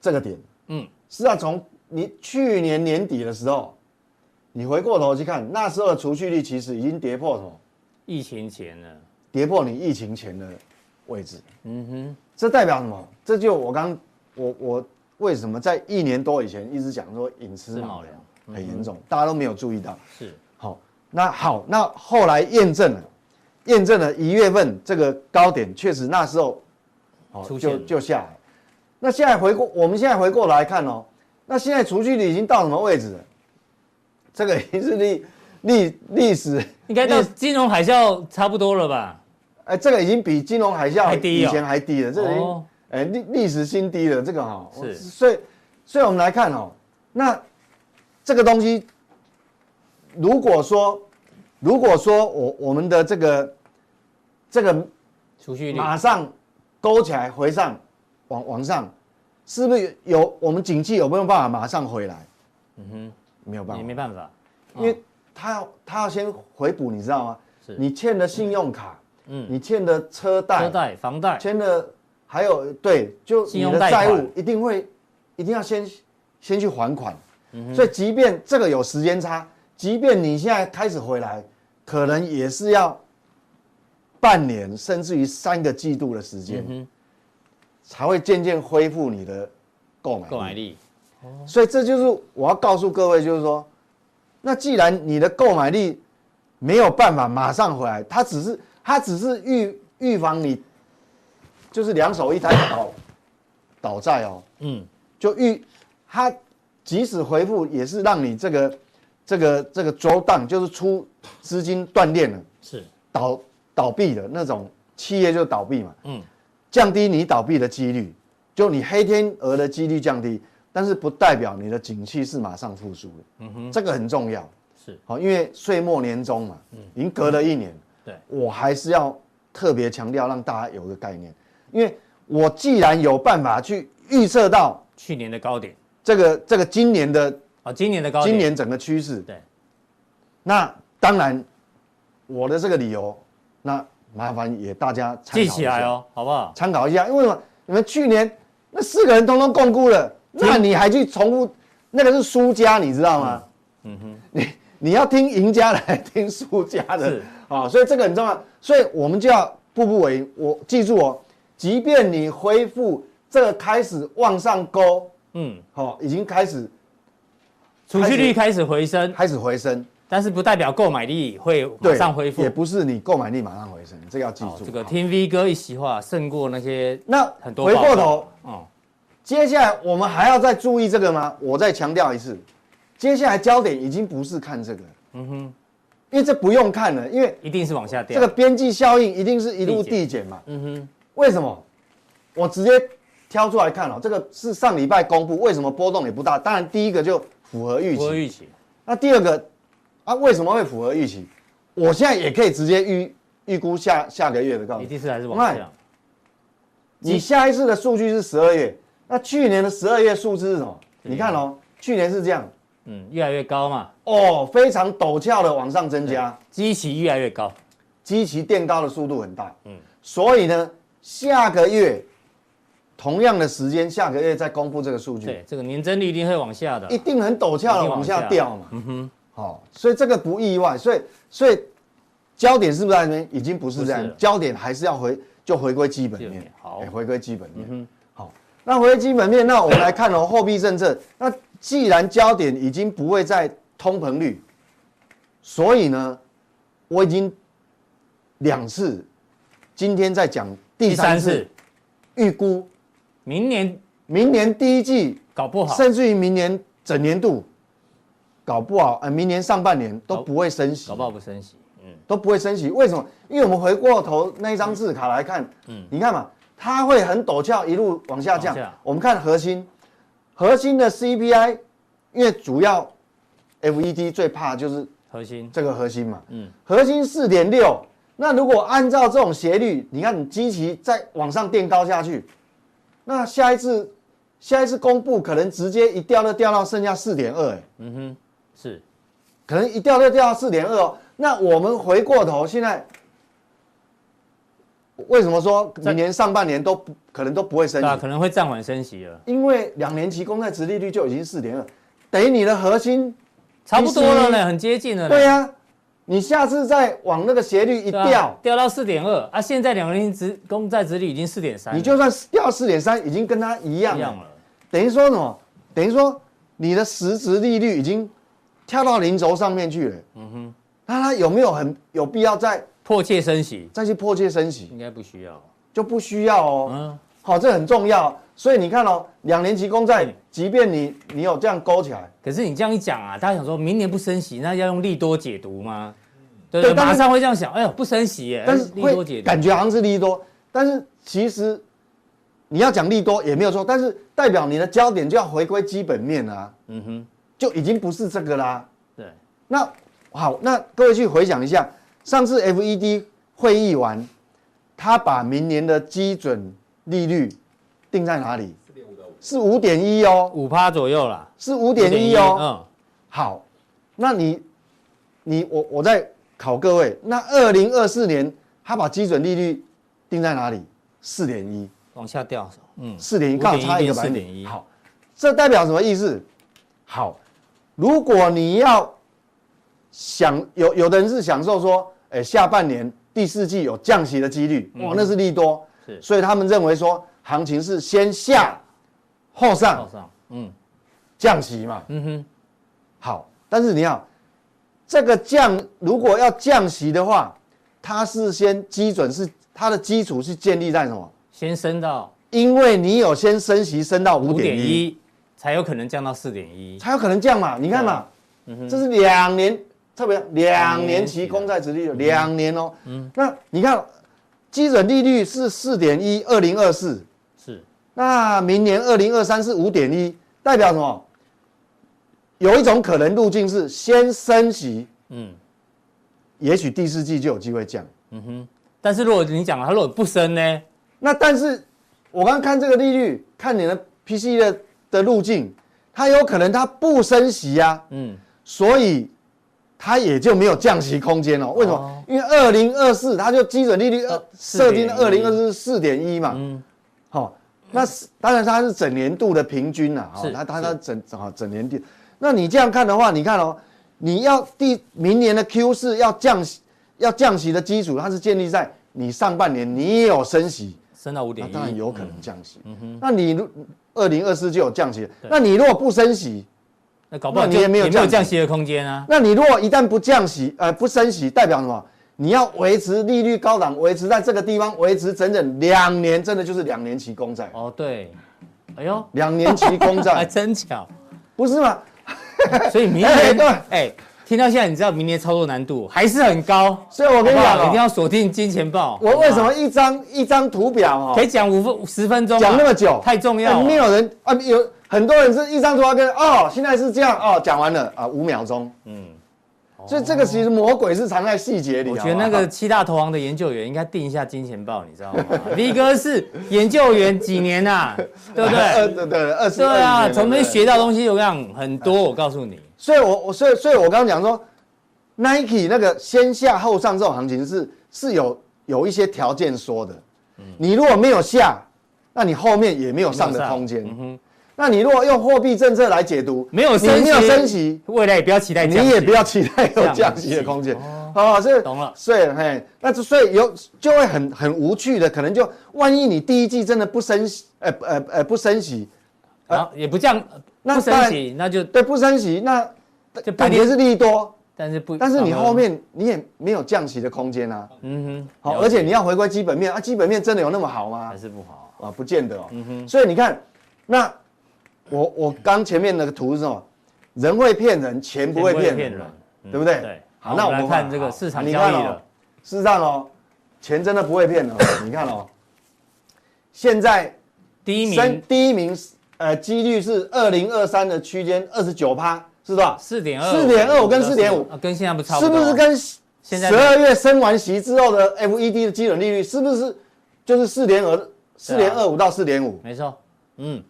B: 这个点，嗯
A: 嗯，
B: 是要从你去年年底的时候，你回过头去看，那时候的储蓄率其实已经跌破什么？
A: 疫情前呢，
B: 跌破你疫情前的位置。
A: 嗯哼，
B: 这代表什么？这就我刚我我为什么在一年多以前一直讲说隐私
A: 吃
B: 毛
A: 卯粮
B: 很严
A: 嗯
B: 重，大家都没有注意到。
A: 是，
B: 好，那好，那后来验证了，验证了一月份这个高点，确实那时候，啊、好、
A: 出现
B: 就
A: 了
B: 就下来。那现在回过，我们现在回过来看哦，那现在储蓄率已经到什么位置了？这个已经是历历历史，
A: 应该到
B: 历
A: 金融海啸差不多了吧？
B: 哎，这个已经比金融海啸
A: 还低
B: 以
A: 哦
B: 前还低了，这个已经
A: 哦
B: 哎历历史新低了，这个哈、
A: 是
B: 我所以所以我们来看哦，那这个东西，如果说如果说我我们的这个这个
A: 储蓄率
B: 马上勾起来回上往往上，是不是有我们景气有没有办法马上回来？
A: 嗯
B: 没有办
A: 哼，
B: 法
A: 也，没办法，
B: 因为他要他要先回补，你知道吗
A: 是？
B: 你欠的信用卡，
A: 嗯
B: 你欠的车
A: 车
B: 贷，
A: 贷、房贷，
B: 签了，还有对，就
A: 信
B: 你
A: 用
B: 的
A: 贷
B: 债
A: 款
B: 务一定会一定要先先去还款，
A: 嗯
B: 所以即便这个有时间差，即便你现在开始回来，可能也是要半年甚至于三个季度的时间，
A: 嗯
B: 才会渐渐恢复你的购买
A: 哼，购买力
B: 所以这就是我要告诉各位，就是说，那既然你的购买力没有办法马上回来，它只是它只是预预防你，就是两手一摊倒倒债哦，
A: 嗯，
B: 就预它即使回复也是让你这个这个这个周档就是出资金断裂了，
A: 是
B: 倒倒闭的那种企业就倒闭嘛，
A: 嗯，
B: 降低你倒闭的几率，就你黑天鹅的几率降低，但是不代表你的景气是马上复苏的，嗯哼，这个很重要，
A: 是嗯
B: 好，因为岁末年终嘛，已经隔了一年，
A: 对
B: 我还是要特别强调让大家有个概念，因为我既然有办法去预测到
A: 去年的高点
B: 这个这个今年的
A: 啊，今年的高点，
B: 今年整个趋势，
A: 对，
B: 那当然我的这个理由，那麻烦也大家参考
A: 记
B: 一
A: 起
B: 下
A: 来哦，好不好？
B: 参考一下，因为什么？你们去年那四个人通通共估了，
A: 嗯
B: 那你还去重复，那个是输家，你知道吗？嗯哼，你你要听赢家的，还听输家的
A: 是，
B: 啊、所以这个很重要，所以我们就要步步为营。我记住哦，即便你恢复这个开始往上勾，
A: 嗯，
B: 哦，已经开始
A: 储蓄率
B: 开
A: 开始回升，
B: 开始回升，
A: 但是不代表购买力会马上恢复。
B: 也不是你购买力马上回升，这个要记
A: 哦
B: 住。
A: 这个
B: 好
A: 听 V 哥一席话胜过那些
B: 那
A: 很多
B: 回
A: 报
B: 过
A: 告
B: 头，
A: 哦，
B: 接下来我们还要再注意这个吗？我再强调一次，接下来焦点已经不是看这个，嗯哼，因为这不用看了，因为
A: 一定是往下掉。
B: 这个边际效应一定是一路
A: 递减
B: 递减嘛。
A: 嗯哼，
B: 为什么？我直接挑出来看哦，这个是上礼拜公布，为什么波动也不大？当然，第一个就符合预
A: 不会
B: 期，
A: 预期，
B: 那第二个啊，为什么会符合预期？我现在也可以直接预预估下下个月的告诉
A: 一
B: 你
A: 定是还是往
B: 我看
A: 下。嗯
B: 你下一次的数据是十二月，那去年的十二月数字是什么？你看哦，去年是这样
A: 嗯，越来越高嘛，
B: 哦，非常陡峭的往上增加，
A: 基期越来越高。
B: 基期垫高的速度很大。嗯，所以呢，下个月同样的时间，下个月再公布这个数据，
A: 对，这个年增率一定会往下的
B: 嗯一。定很陡峭的往
A: 一定往
B: 下
A: 下
B: 掉嘛。嗯哼，好、所以这个不意外，所以所以焦点是不是在那边？已经不是这
A: 不是
B: 样
A: 了，
B: 焦点还是要回就回归基本
A: 基本
B: 面
A: 面。好嗯
B: 哎回归基本面。好，那回归基本面，那我们来看 哦，货币政策。那既然焦点已经不会在通膨率，所以呢，我已经两次，今天在讲第
A: 第
B: 三
A: 三
B: 次
A: 次，
B: 预估
A: 明年
B: 明年第一季
A: 搞不好，
B: 甚至于明年整年度，搞不好呃，明年上半年都
A: 搞
B: 不会升息
A: 搞，不好不升息。嗯，
B: 都不会升息。为什么？因为我们回过头那一张字卡来看，嗯，你看嘛，它会很陡峭一路往下降
A: 往下。
B: 我们看核心，核心的 CPI，因为主要 FED 最怕就是
A: 核心
B: 这个核心嘛，
A: 嗯
B: 嗯，核心四点六。那如果按照这种斜率，你看你基期再往上垫高下去，那下一次下一次公布可能直接一掉就掉到剩下四点二，哎，
A: 嗯是
B: 可能一掉就掉到四点二哦。那我们回过头，现在为什么说明年上半年都不可能都不会升
A: 对啊，
B: 息？
A: 可能会暂缓升息了，
B: 因为两年期公债殖利率就已经四点二，等于你的核心
A: 差不多了呢，很接近了呢。
B: 对呀、你下次再往那个斜率一
A: 对啊，
B: 掉。
A: 掉到四点二啊！现在两个零值公债值率已经四点三，
B: 你就算掉四点三，已经跟它一样
A: 一
B: 了。
A: 样了，
B: 等于说什么？等于说你的实质利率已经跳到零轴上面去了。嗯哼，那它有没有很有必要再
A: 迫切升息
B: 再去迫切升息？
A: 应该不需要。
B: 就不需要哦。
A: 嗯，
B: 好、这很重要。所以你看哦，两年期公债，即便你你有这样勾起来，
A: 可是你这样一讲啊，大家想说明年不升息，那要用利多解读吗？对不对，
B: 对但是
A: 马上会这样想，哎呦，不升息耶，哎
B: 但是
A: 利多
B: 会
A: 解读，
B: 感觉好像是利多，但是其实你要讲利多也没有错，但是代表你的焦点就要回归基本面啊，
A: 嗯哼，
B: 就已经不是这个啦。
A: 对，
B: 那好，那各位去回想一下，上次 FED 会议完，他把明年的基准利率定在哪里？
C: 四点五到五，
B: 是五点一哦，
A: 五趴左右啦，
B: 是五点一哦。
A: 5.1，
B: 好，那你你我我再考各位，那二零二四年他把基准利率定在哪里？四点一，
A: 嗯，往下掉，嗯，
B: 四点一刚好差一个
A: 5.1
B: 百分点。
A: 4.1
B: 好，这代表什么意思？好，如果你要享有有的人是享受说，哎、下半年第四季有降息的几率，哇，那嗯是利多，
A: 是
B: 所以他们认为说行情是先下后上
A: 往上，嗯
B: 降息嘛。
A: 嗯哼，
B: 好，但是你看这个降，如果要降息的话，它是先基准是它的基础是建立在什么？
A: 先升到
B: 因为你有先升息升到五
A: 五
B: 点
A: 点
B: 一，
A: 一，才有可能降到四点一，
B: 才有可能降嘛。你看嘛，这是两年，特别两年期公债殖利率，两年哦。那你看，基准利率是四点一，二零二四，
A: 是
B: 那明年二零二三是五点一，代表什么？有一种可能路径是先升息，
A: 嗯
B: 也许第四季就有机会降。
A: 嗯哼。但是如果你讲了，它如果不升呢？
B: 那但是我刚看这个利率，看你的 PCE 的的路径，它有可能它不升息呀、啊。
A: 嗯，
B: 所以它也就没有降息空间了。为什么？
A: 哦
B: 因为二零二四它就基准利率呃设定二零二四四点一嘛，
A: 嗯
B: 好、那是当然它是整年度的平均啦，哦
A: 是，
B: 它它
A: 是
B: 它整啊整年度，那你这样看的话，你看哦，你要第明年的 Q 四要降息，要降息的基础，它是建立在你上半年你也有升息，
A: 升到五点一，
B: 那
A: 嗯
B: 当然有可能降息。那你如二零二四就有降息，
A: 对
B: 那你如果不升息，
A: 那搞不好
B: 那你
A: 就
B: 也没有
A: 也没有
B: 降
A: 降息的空间啊。
B: 那你如果一旦不降息，呃，不升息，代表什么？你要维持利率高档，维持在这个地方，维持整整两年，真的就是两年期公债，
A: 哦，对，哎呦，
B: 两年期公
A: 还
B: 债，
A: 哎真巧。
B: 不是吗？
A: 所以明
B: 哎
A: 年
B: 对，
A: 哎，听到现在，你知道明年操作难度还是很高。
B: 所以我
A: 我
B: 跟你讲
A: 一定
B: 哦、
A: 要锁定金钱豹。
B: 我为什
A: 好
B: 么一张一张图表
A: 不好可
B: 哦，
A: 以讲五分十分钟啊？
B: 讲那么久，
A: 太重要
B: 哎没
A: 了。
B: 有人啊，有很多人是一张图要跟哦，现在是这样哦，讲完了啊，五秒钟，
A: 嗯，哦
B: 所以这个其实魔鬼是藏在细节里。
A: 我觉
B: 好
A: 得
B: 不好
A: 那个七大投行的研究员应该定一下金钱豹，你知 道吗？V 哥是研究员几年啊？对不
B: 二
A: 对？
B: 对对二十
A: 对啊，从那
B: 没
A: 边学到东西，我讲很多，我告诉你。
B: 所以我我所以所以我刚刚讲说，Nike 那个先下后上这种行情是是有有一些条件说的，
A: 嗯
B: 你如果没有下，那你后面也没有上的空间。
A: 嗯哼，
B: 那你如果用货币政策来解读，
A: 没有
B: 你
A: 升息
B: 没有升息，
A: 未来也不要期待降息，
B: 你也不要期待有
A: 降息
B: 降息的空间。哦，所以
A: 懂了
B: 所以嘿，那就所以有就会很很无趣的，可能就万一你第一季真的不升息，呃呃呃不升息，
A: 然后也不降，
B: 呃那
A: 不
B: 当
A: 升
B: 然
A: 息，那就
B: 对不升息，那
A: 就不一
B: 感
A: 定
B: 觉是利多。
A: 但是不，
B: 但是你后面你也没有降息的空间啊。
A: 嗯哼，了解嗯
B: 好，而且你要回归基本面啊，基本面真的有那么好吗
A: 还？是不好，
B: 啊，不见得哦。所以你看，那我我刚前面那个图是什么？人会骗人，钱不会骗人，啊
A: 嗯
B: 对不对？
A: 对。
B: 好，那我们
A: 来看这个市场交易了，。
B: 事实上哦，钱真的不 会骗人哦。你看哦，现在
A: 第一
B: 三
A: 名
B: 第一名呃几率是二零二三的区间二十九趴，是多少？
A: 四点二，
B: 4.25跟4.5
A: 啊跟现在不差
B: 是
A: 多
B: 不是跟
A: 现在
B: 十二月升完息之后的 FED 的基准利率是不是就是四点二、四点二五到四点五？
A: 没错，嗯，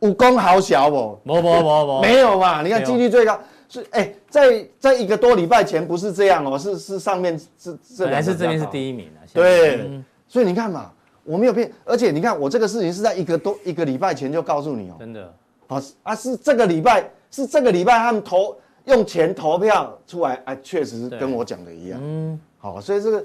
B: 武功好小哦，
A: 不不不不，
B: 没有嘛？你看
A: 没有
B: 几率最高是哎、在在一个多礼拜前不是这样哦，是是上面这这
A: 本来是这边是
B: 一，
A: 第一名啊，现在
B: 对，
A: 嗯
B: 所以你看嘛，我没有变，而且你看我这个事情是在一个多一个礼拜前就告诉你哦，
A: 真的
B: 好是啊是这个礼拜是这个礼拜他们投用钱投票出来，哎、确实是
A: 对
B: 跟我讲的一样。哦
A: 嗯
B: 好，所以这个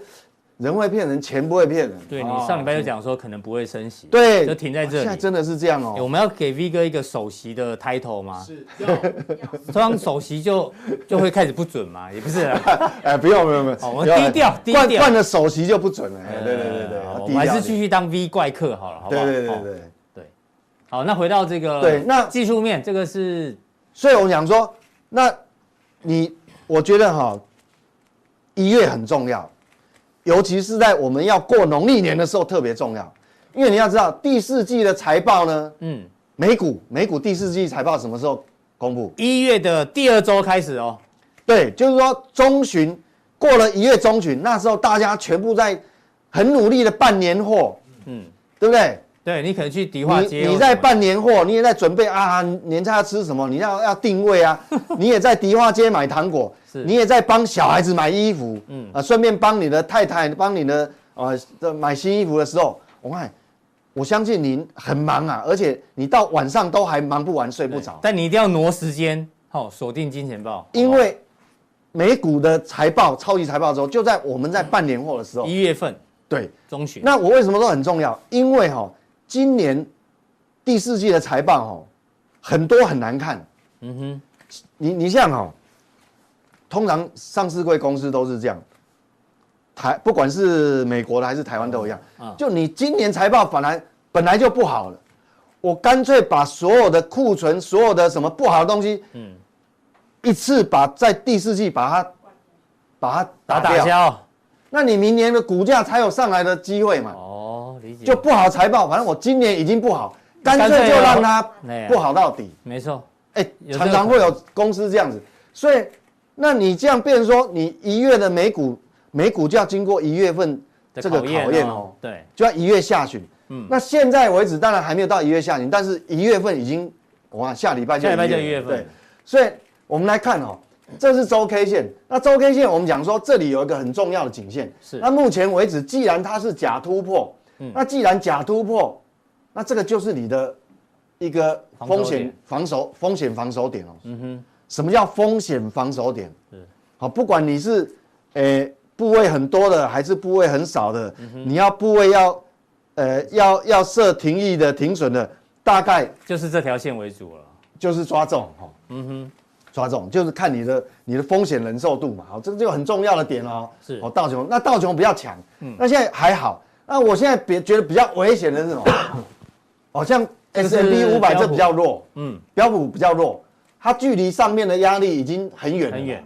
B: 人会骗人，钱不会骗人。
A: 对你
B: 哦
A: 上礼拜就讲说可能不会升息，
B: 对，哦
A: 就停在这里
B: 现在真的是这样
A: 欸我
B: 哦。
A: 们要给 V 哥一个首席的 title 吗？
C: 是要
A: 通常首席就就会开始不准嘛，也不是啊啦，
B: 哎，不用不用不
A: 哦
B: 用，
A: 我
B: 不用
A: 低调低
B: 冠
A: 调
B: 冠的首席就不准了。哎对 对对对，
A: 呃
B: 要
A: 我
B: 低
A: 们还是
B: 调一点
A: 继续当 V 怪客好了，好不好？
B: 对对对
A: 哦
B: 对。
A: 好，那回到这个
B: 对那
A: 技术面，这个是
B: 所以我想说，那你我觉得哈，一月很重要，尤其是在我们要过农历年的时候特别重要，因为你要知道第四季的财报呢，
A: 嗯
B: 美股美股第四季财报什么时候公布？
A: 一月的第二周开始哦，
B: 对，就是说中旬过了一月中旬，那时候大家全部在很努力的办年货，
A: 嗯，
B: 对不对？
A: 对你可能去迪化街
B: 你
A: 或
B: 你
A: 什么的，
B: 在办年货，你也在准备啊，年菜要吃什么？你要 要定 位啊，你也在迪化街买糖果，
A: 是
B: 你也在帮小孩子买衣服，
A: 嗯
B: 嗯啊，顺便帮你的太太，帮你的呃这买新衣服的时候，我看我相信您很忙啊，而且你到晚上都还忙不完，睡不着，
A: 但你一定要挪时间，好、锁定金钱豹，
B: 因
A: 好
B: 为美股的财报、超级财报之后，就在我们在办年货的时
A: 不好
B: 候
A: 一，月份
B: 对，
A: 中旬，
B: 那我为什么说很重要？因为哈、今年第四季的财报哈、很多很难看。
A: 嗯哼，
B: 你你像哈、通常上市贵公司都是这样，台不管是美国的还是台湾都一样，
A: 嗯
B: 就你今年财报本来本来就不好了，我干脆把所有的库存、所有的什么不好的东西，
A: 嗯
B: 一次把在第四季把它把它
A: 打
B: 打
A: 打
B: 掉，
A: 消，
B: 那你明年的股价才有上来的机会嘛。
A: 哦，理解，
B: 就不好财报，反正我今年已经不好，干
A: 嗯干脆
B: 脆就让它
A: 哎呀
B: 不好到底。
A: 没错，
B: 哎、
A: 有这个
B: 常常会有公司这样子，所以那你这样变成说，你一月的美股，美股就要经过一月份
A: 的
B: 这个考验哦，
A: 对，
B: 就要一月下旬。嗯，那现在为止当然还没有到一月下旬，但是一月份已经，哇，下礼拜就
A: 下礼拜
B: 1
A: 就一月份
B: 对，所以我们来看哦，这是周 K 线，那周 K 线我们讲说这里有一个很重要的颈线，
A: 是
B: 那目前为止，既然它是假突破，
A: 嗯
B: 那既然假突破，那这个就是你的一个
A: 防守
B: 风险
A: 点
B: 防守风险防守点哦。嗯哼，什么叫风险防守点？好，不管你是诶、部位很多的还是部位很少的，
A: 嗯
B: 你要部位要呃要要设停益的停损的，大概
A: 就是这条线为主了，
B: 就是抓中哈。嗯哼，抓中就是看你的你的风险忍受度嘛。好，这个就很重要的点哦。
A: 是嗯
B: 哦，道琼那道琼比较强，那现在还好。那我现在别觉得比较危险 的是什么？好像
A: 这个
B: S
A: 是
B: M P 五百
A: 标普
B: 这比较弱，
A: 嗯，
B: 标普比较弱，它距离上面的压力已经很远了
A: 很远。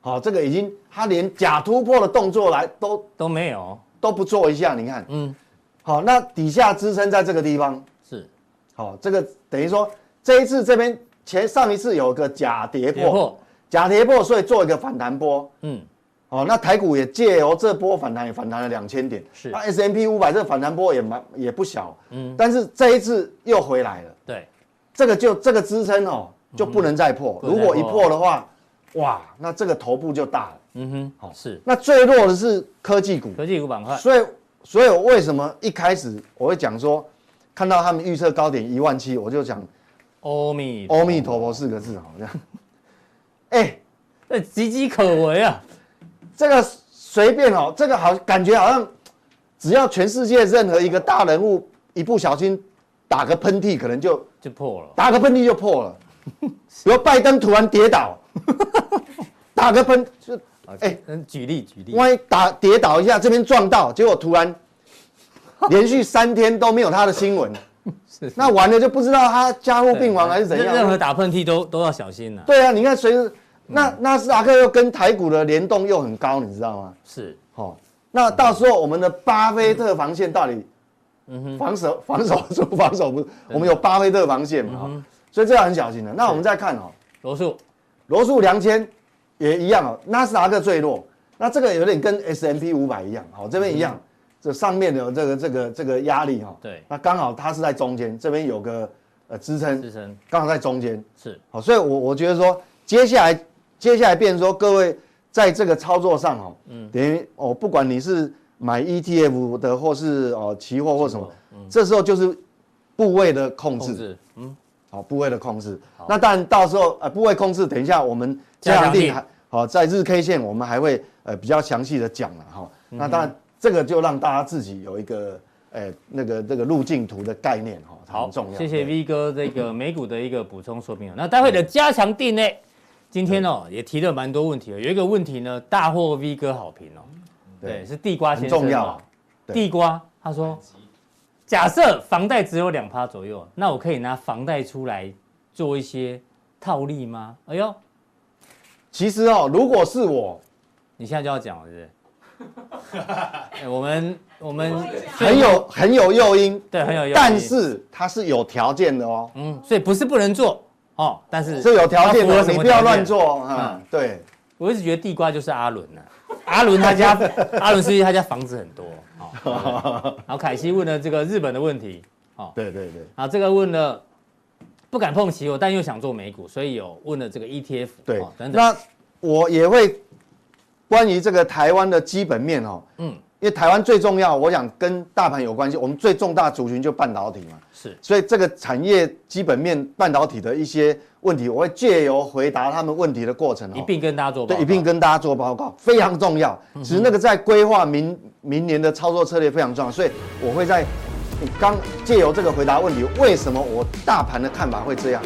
B: 好、这个已经它连假突破的动作来都
A: 都没有，
B: 都不做一下，你看，
A: 嗯，
B: 好、那底下支撑在这个地方，
A: 是
B: 好、这个等于说这一次这边前上一次有个假跌破，
A: 跌破，
B: 假跌破，所以做一个反弹波。
A: 嗯，
B: 哦，那台股也借由这波反弹也反弹了两千点，
A: 是
B: 那 S M P 五百这个反弹波也蛮也不小，嗯，但是这一次又回来了，
A: 对，
B: 这个就这个支撑哦就不能再破，
A: 嗯不能
B: 如
A: 再
B: 果一
A: 破
B: 破的话，哇，那这个头部就大了。
A: 嗯哼，好是
B: 那最弱的是科技股，
A: 科技股板块，
B: 所以，所以我为什么一开始我会讲说，看到他们预测高点一万七，我就讲
A: 欧米
B: “阿弥陀佛”四个字，好像，哎、
A: 这岌岌可危啊！
B: 这个随便哦，这个好感觉好像，只要全世界任何一个大人物一不小心打个喷嚏，可能就
A: 就破了，
B: 打个喷嚏就破了。比如拜登突然跌倒，打个喷就哎
A: 哎，嗯，举例举例，
B: 万一打跌倒一下，这边撞到，结果突然连续三天都没有他的新闻，
A: 是
B: 那完了就不知道他加护
A: 对
B: 病亡还是怎
A: 任任何
B: 样。
A: 打喷嚏都都要小心呐，
B: 对啊，你看随着那纳斯达克又跟台股的联动又很高，你知道吗？
A: 是
B: 哦，那到时候我们的巴菲特防线到底，防守 防守住防守不住？我们有巴菲特防线嘛？哦所以这要很小心的。那我们再看哦，
A: 罗素，
B: 罗素两千也一样哦，纳斯达克最弱，那这个有点跟 S M P 五百一样，好、这边一样，这上面有这个这个这个压力哈、哦，
A: 对
B: 那刚好它是在中间，这边有个呃支
A: 自
B: 撑，
A: 身
B: 刚好在中间，
A: 是
B: 好，所以我我觉得说，接下来接下来变成说，各位在这个操作上哦，
A: 嗯
B: 等于哦，不管你是买 ETF 的，或是哦期货或什么，这时候就是部位的控
A: 嗯控
B: 制，
A: 制，嗯，
B: 好、部位的控制。那当然到时候呃部位控制，等一下我们
A: 加
B: 加
A: 强
B: 强
A: 定嗯
B: 定还好、在日 K 线我们还会呃比较详细的讲了哈、那当然这个就让大家自己有一个呃那个这个路径图的概念哈，它
A: 好
B: 嗯很重，要。
A: 谢谢
B: 对
A: V 哥这 个美股的一个补充说明哦。那待会的加强定呢，今天哦也提了蛮多问题哦，有一个问题呢大获 V 哥好评哦，对，
B: 对
A: 是地瓜先生
B: 很重要
A: 哦
B: 啊对
A: 地瓜他 说假设房贷只有两趴左右，那我可以拿房贷出来做一些套利吗？哎呦，
B: 其实哦，如果是我，
A: 你现在就要讲了，是不是？哎我们我们
B: 很有很有诱因，
A: 对很有用意，
B: 但是它是有条件的哦，
A: 嗯，所以不是不能做哦，但是
B: 是有条
A: 它符
B: 件
A: 合
B: 的，哦
A: 什么
B: 你不要
A: 条件嗯
B: 乱。做啊。对，
A: 我一直觉得地瓜就是阿伦呐、阿伦他 家阿伦是因为他家房子很多哦对不 对。然后凯西问了这个日本的问题，
B: 对对对
A: 啊，这个问了不敢碰期货，但又想做美股，所以有问了这个 ETF
B: 对
A: 哦。等等。
B: 那我也会关于这个台湾的基本面哦，
A: 嗯，
B: 因为台湾最重要，我想跟大盘有关系，我们最重大族群就半导体嘛。
A: 是
B: 所以这个产业基本面半导体的一些问题，我会借由回答他们问题的过程、哦，
A: 一并跟大家做报
B: 对
A: 告嗯
B: 一并跟大家做报告，非常重要。其实那个在规划明明年的操作策略非常重要，所以我会在刚借由这个回答问题，为什么我大盘的看法会这样？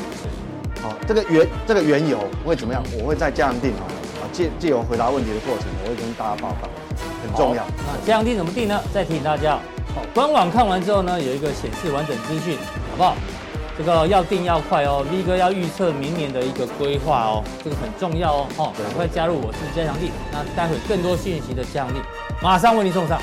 B: 好、这个原这个缘由会怎么样？我会再这样定好啊，借借由回答问题的过程，我会跟大家报告，很重要
A: 好。那这样定怎么定呢？再提醒大家，好，官网看完之后呢，有一个显示完整资讯，好不好？这个要定要快哦，V 哥要预测明年的一个规划哦，这个很重要哦，哦，
B: 对
A: 赶快加入我是加强力，那待会更多讯息的加强力，马上为您送上。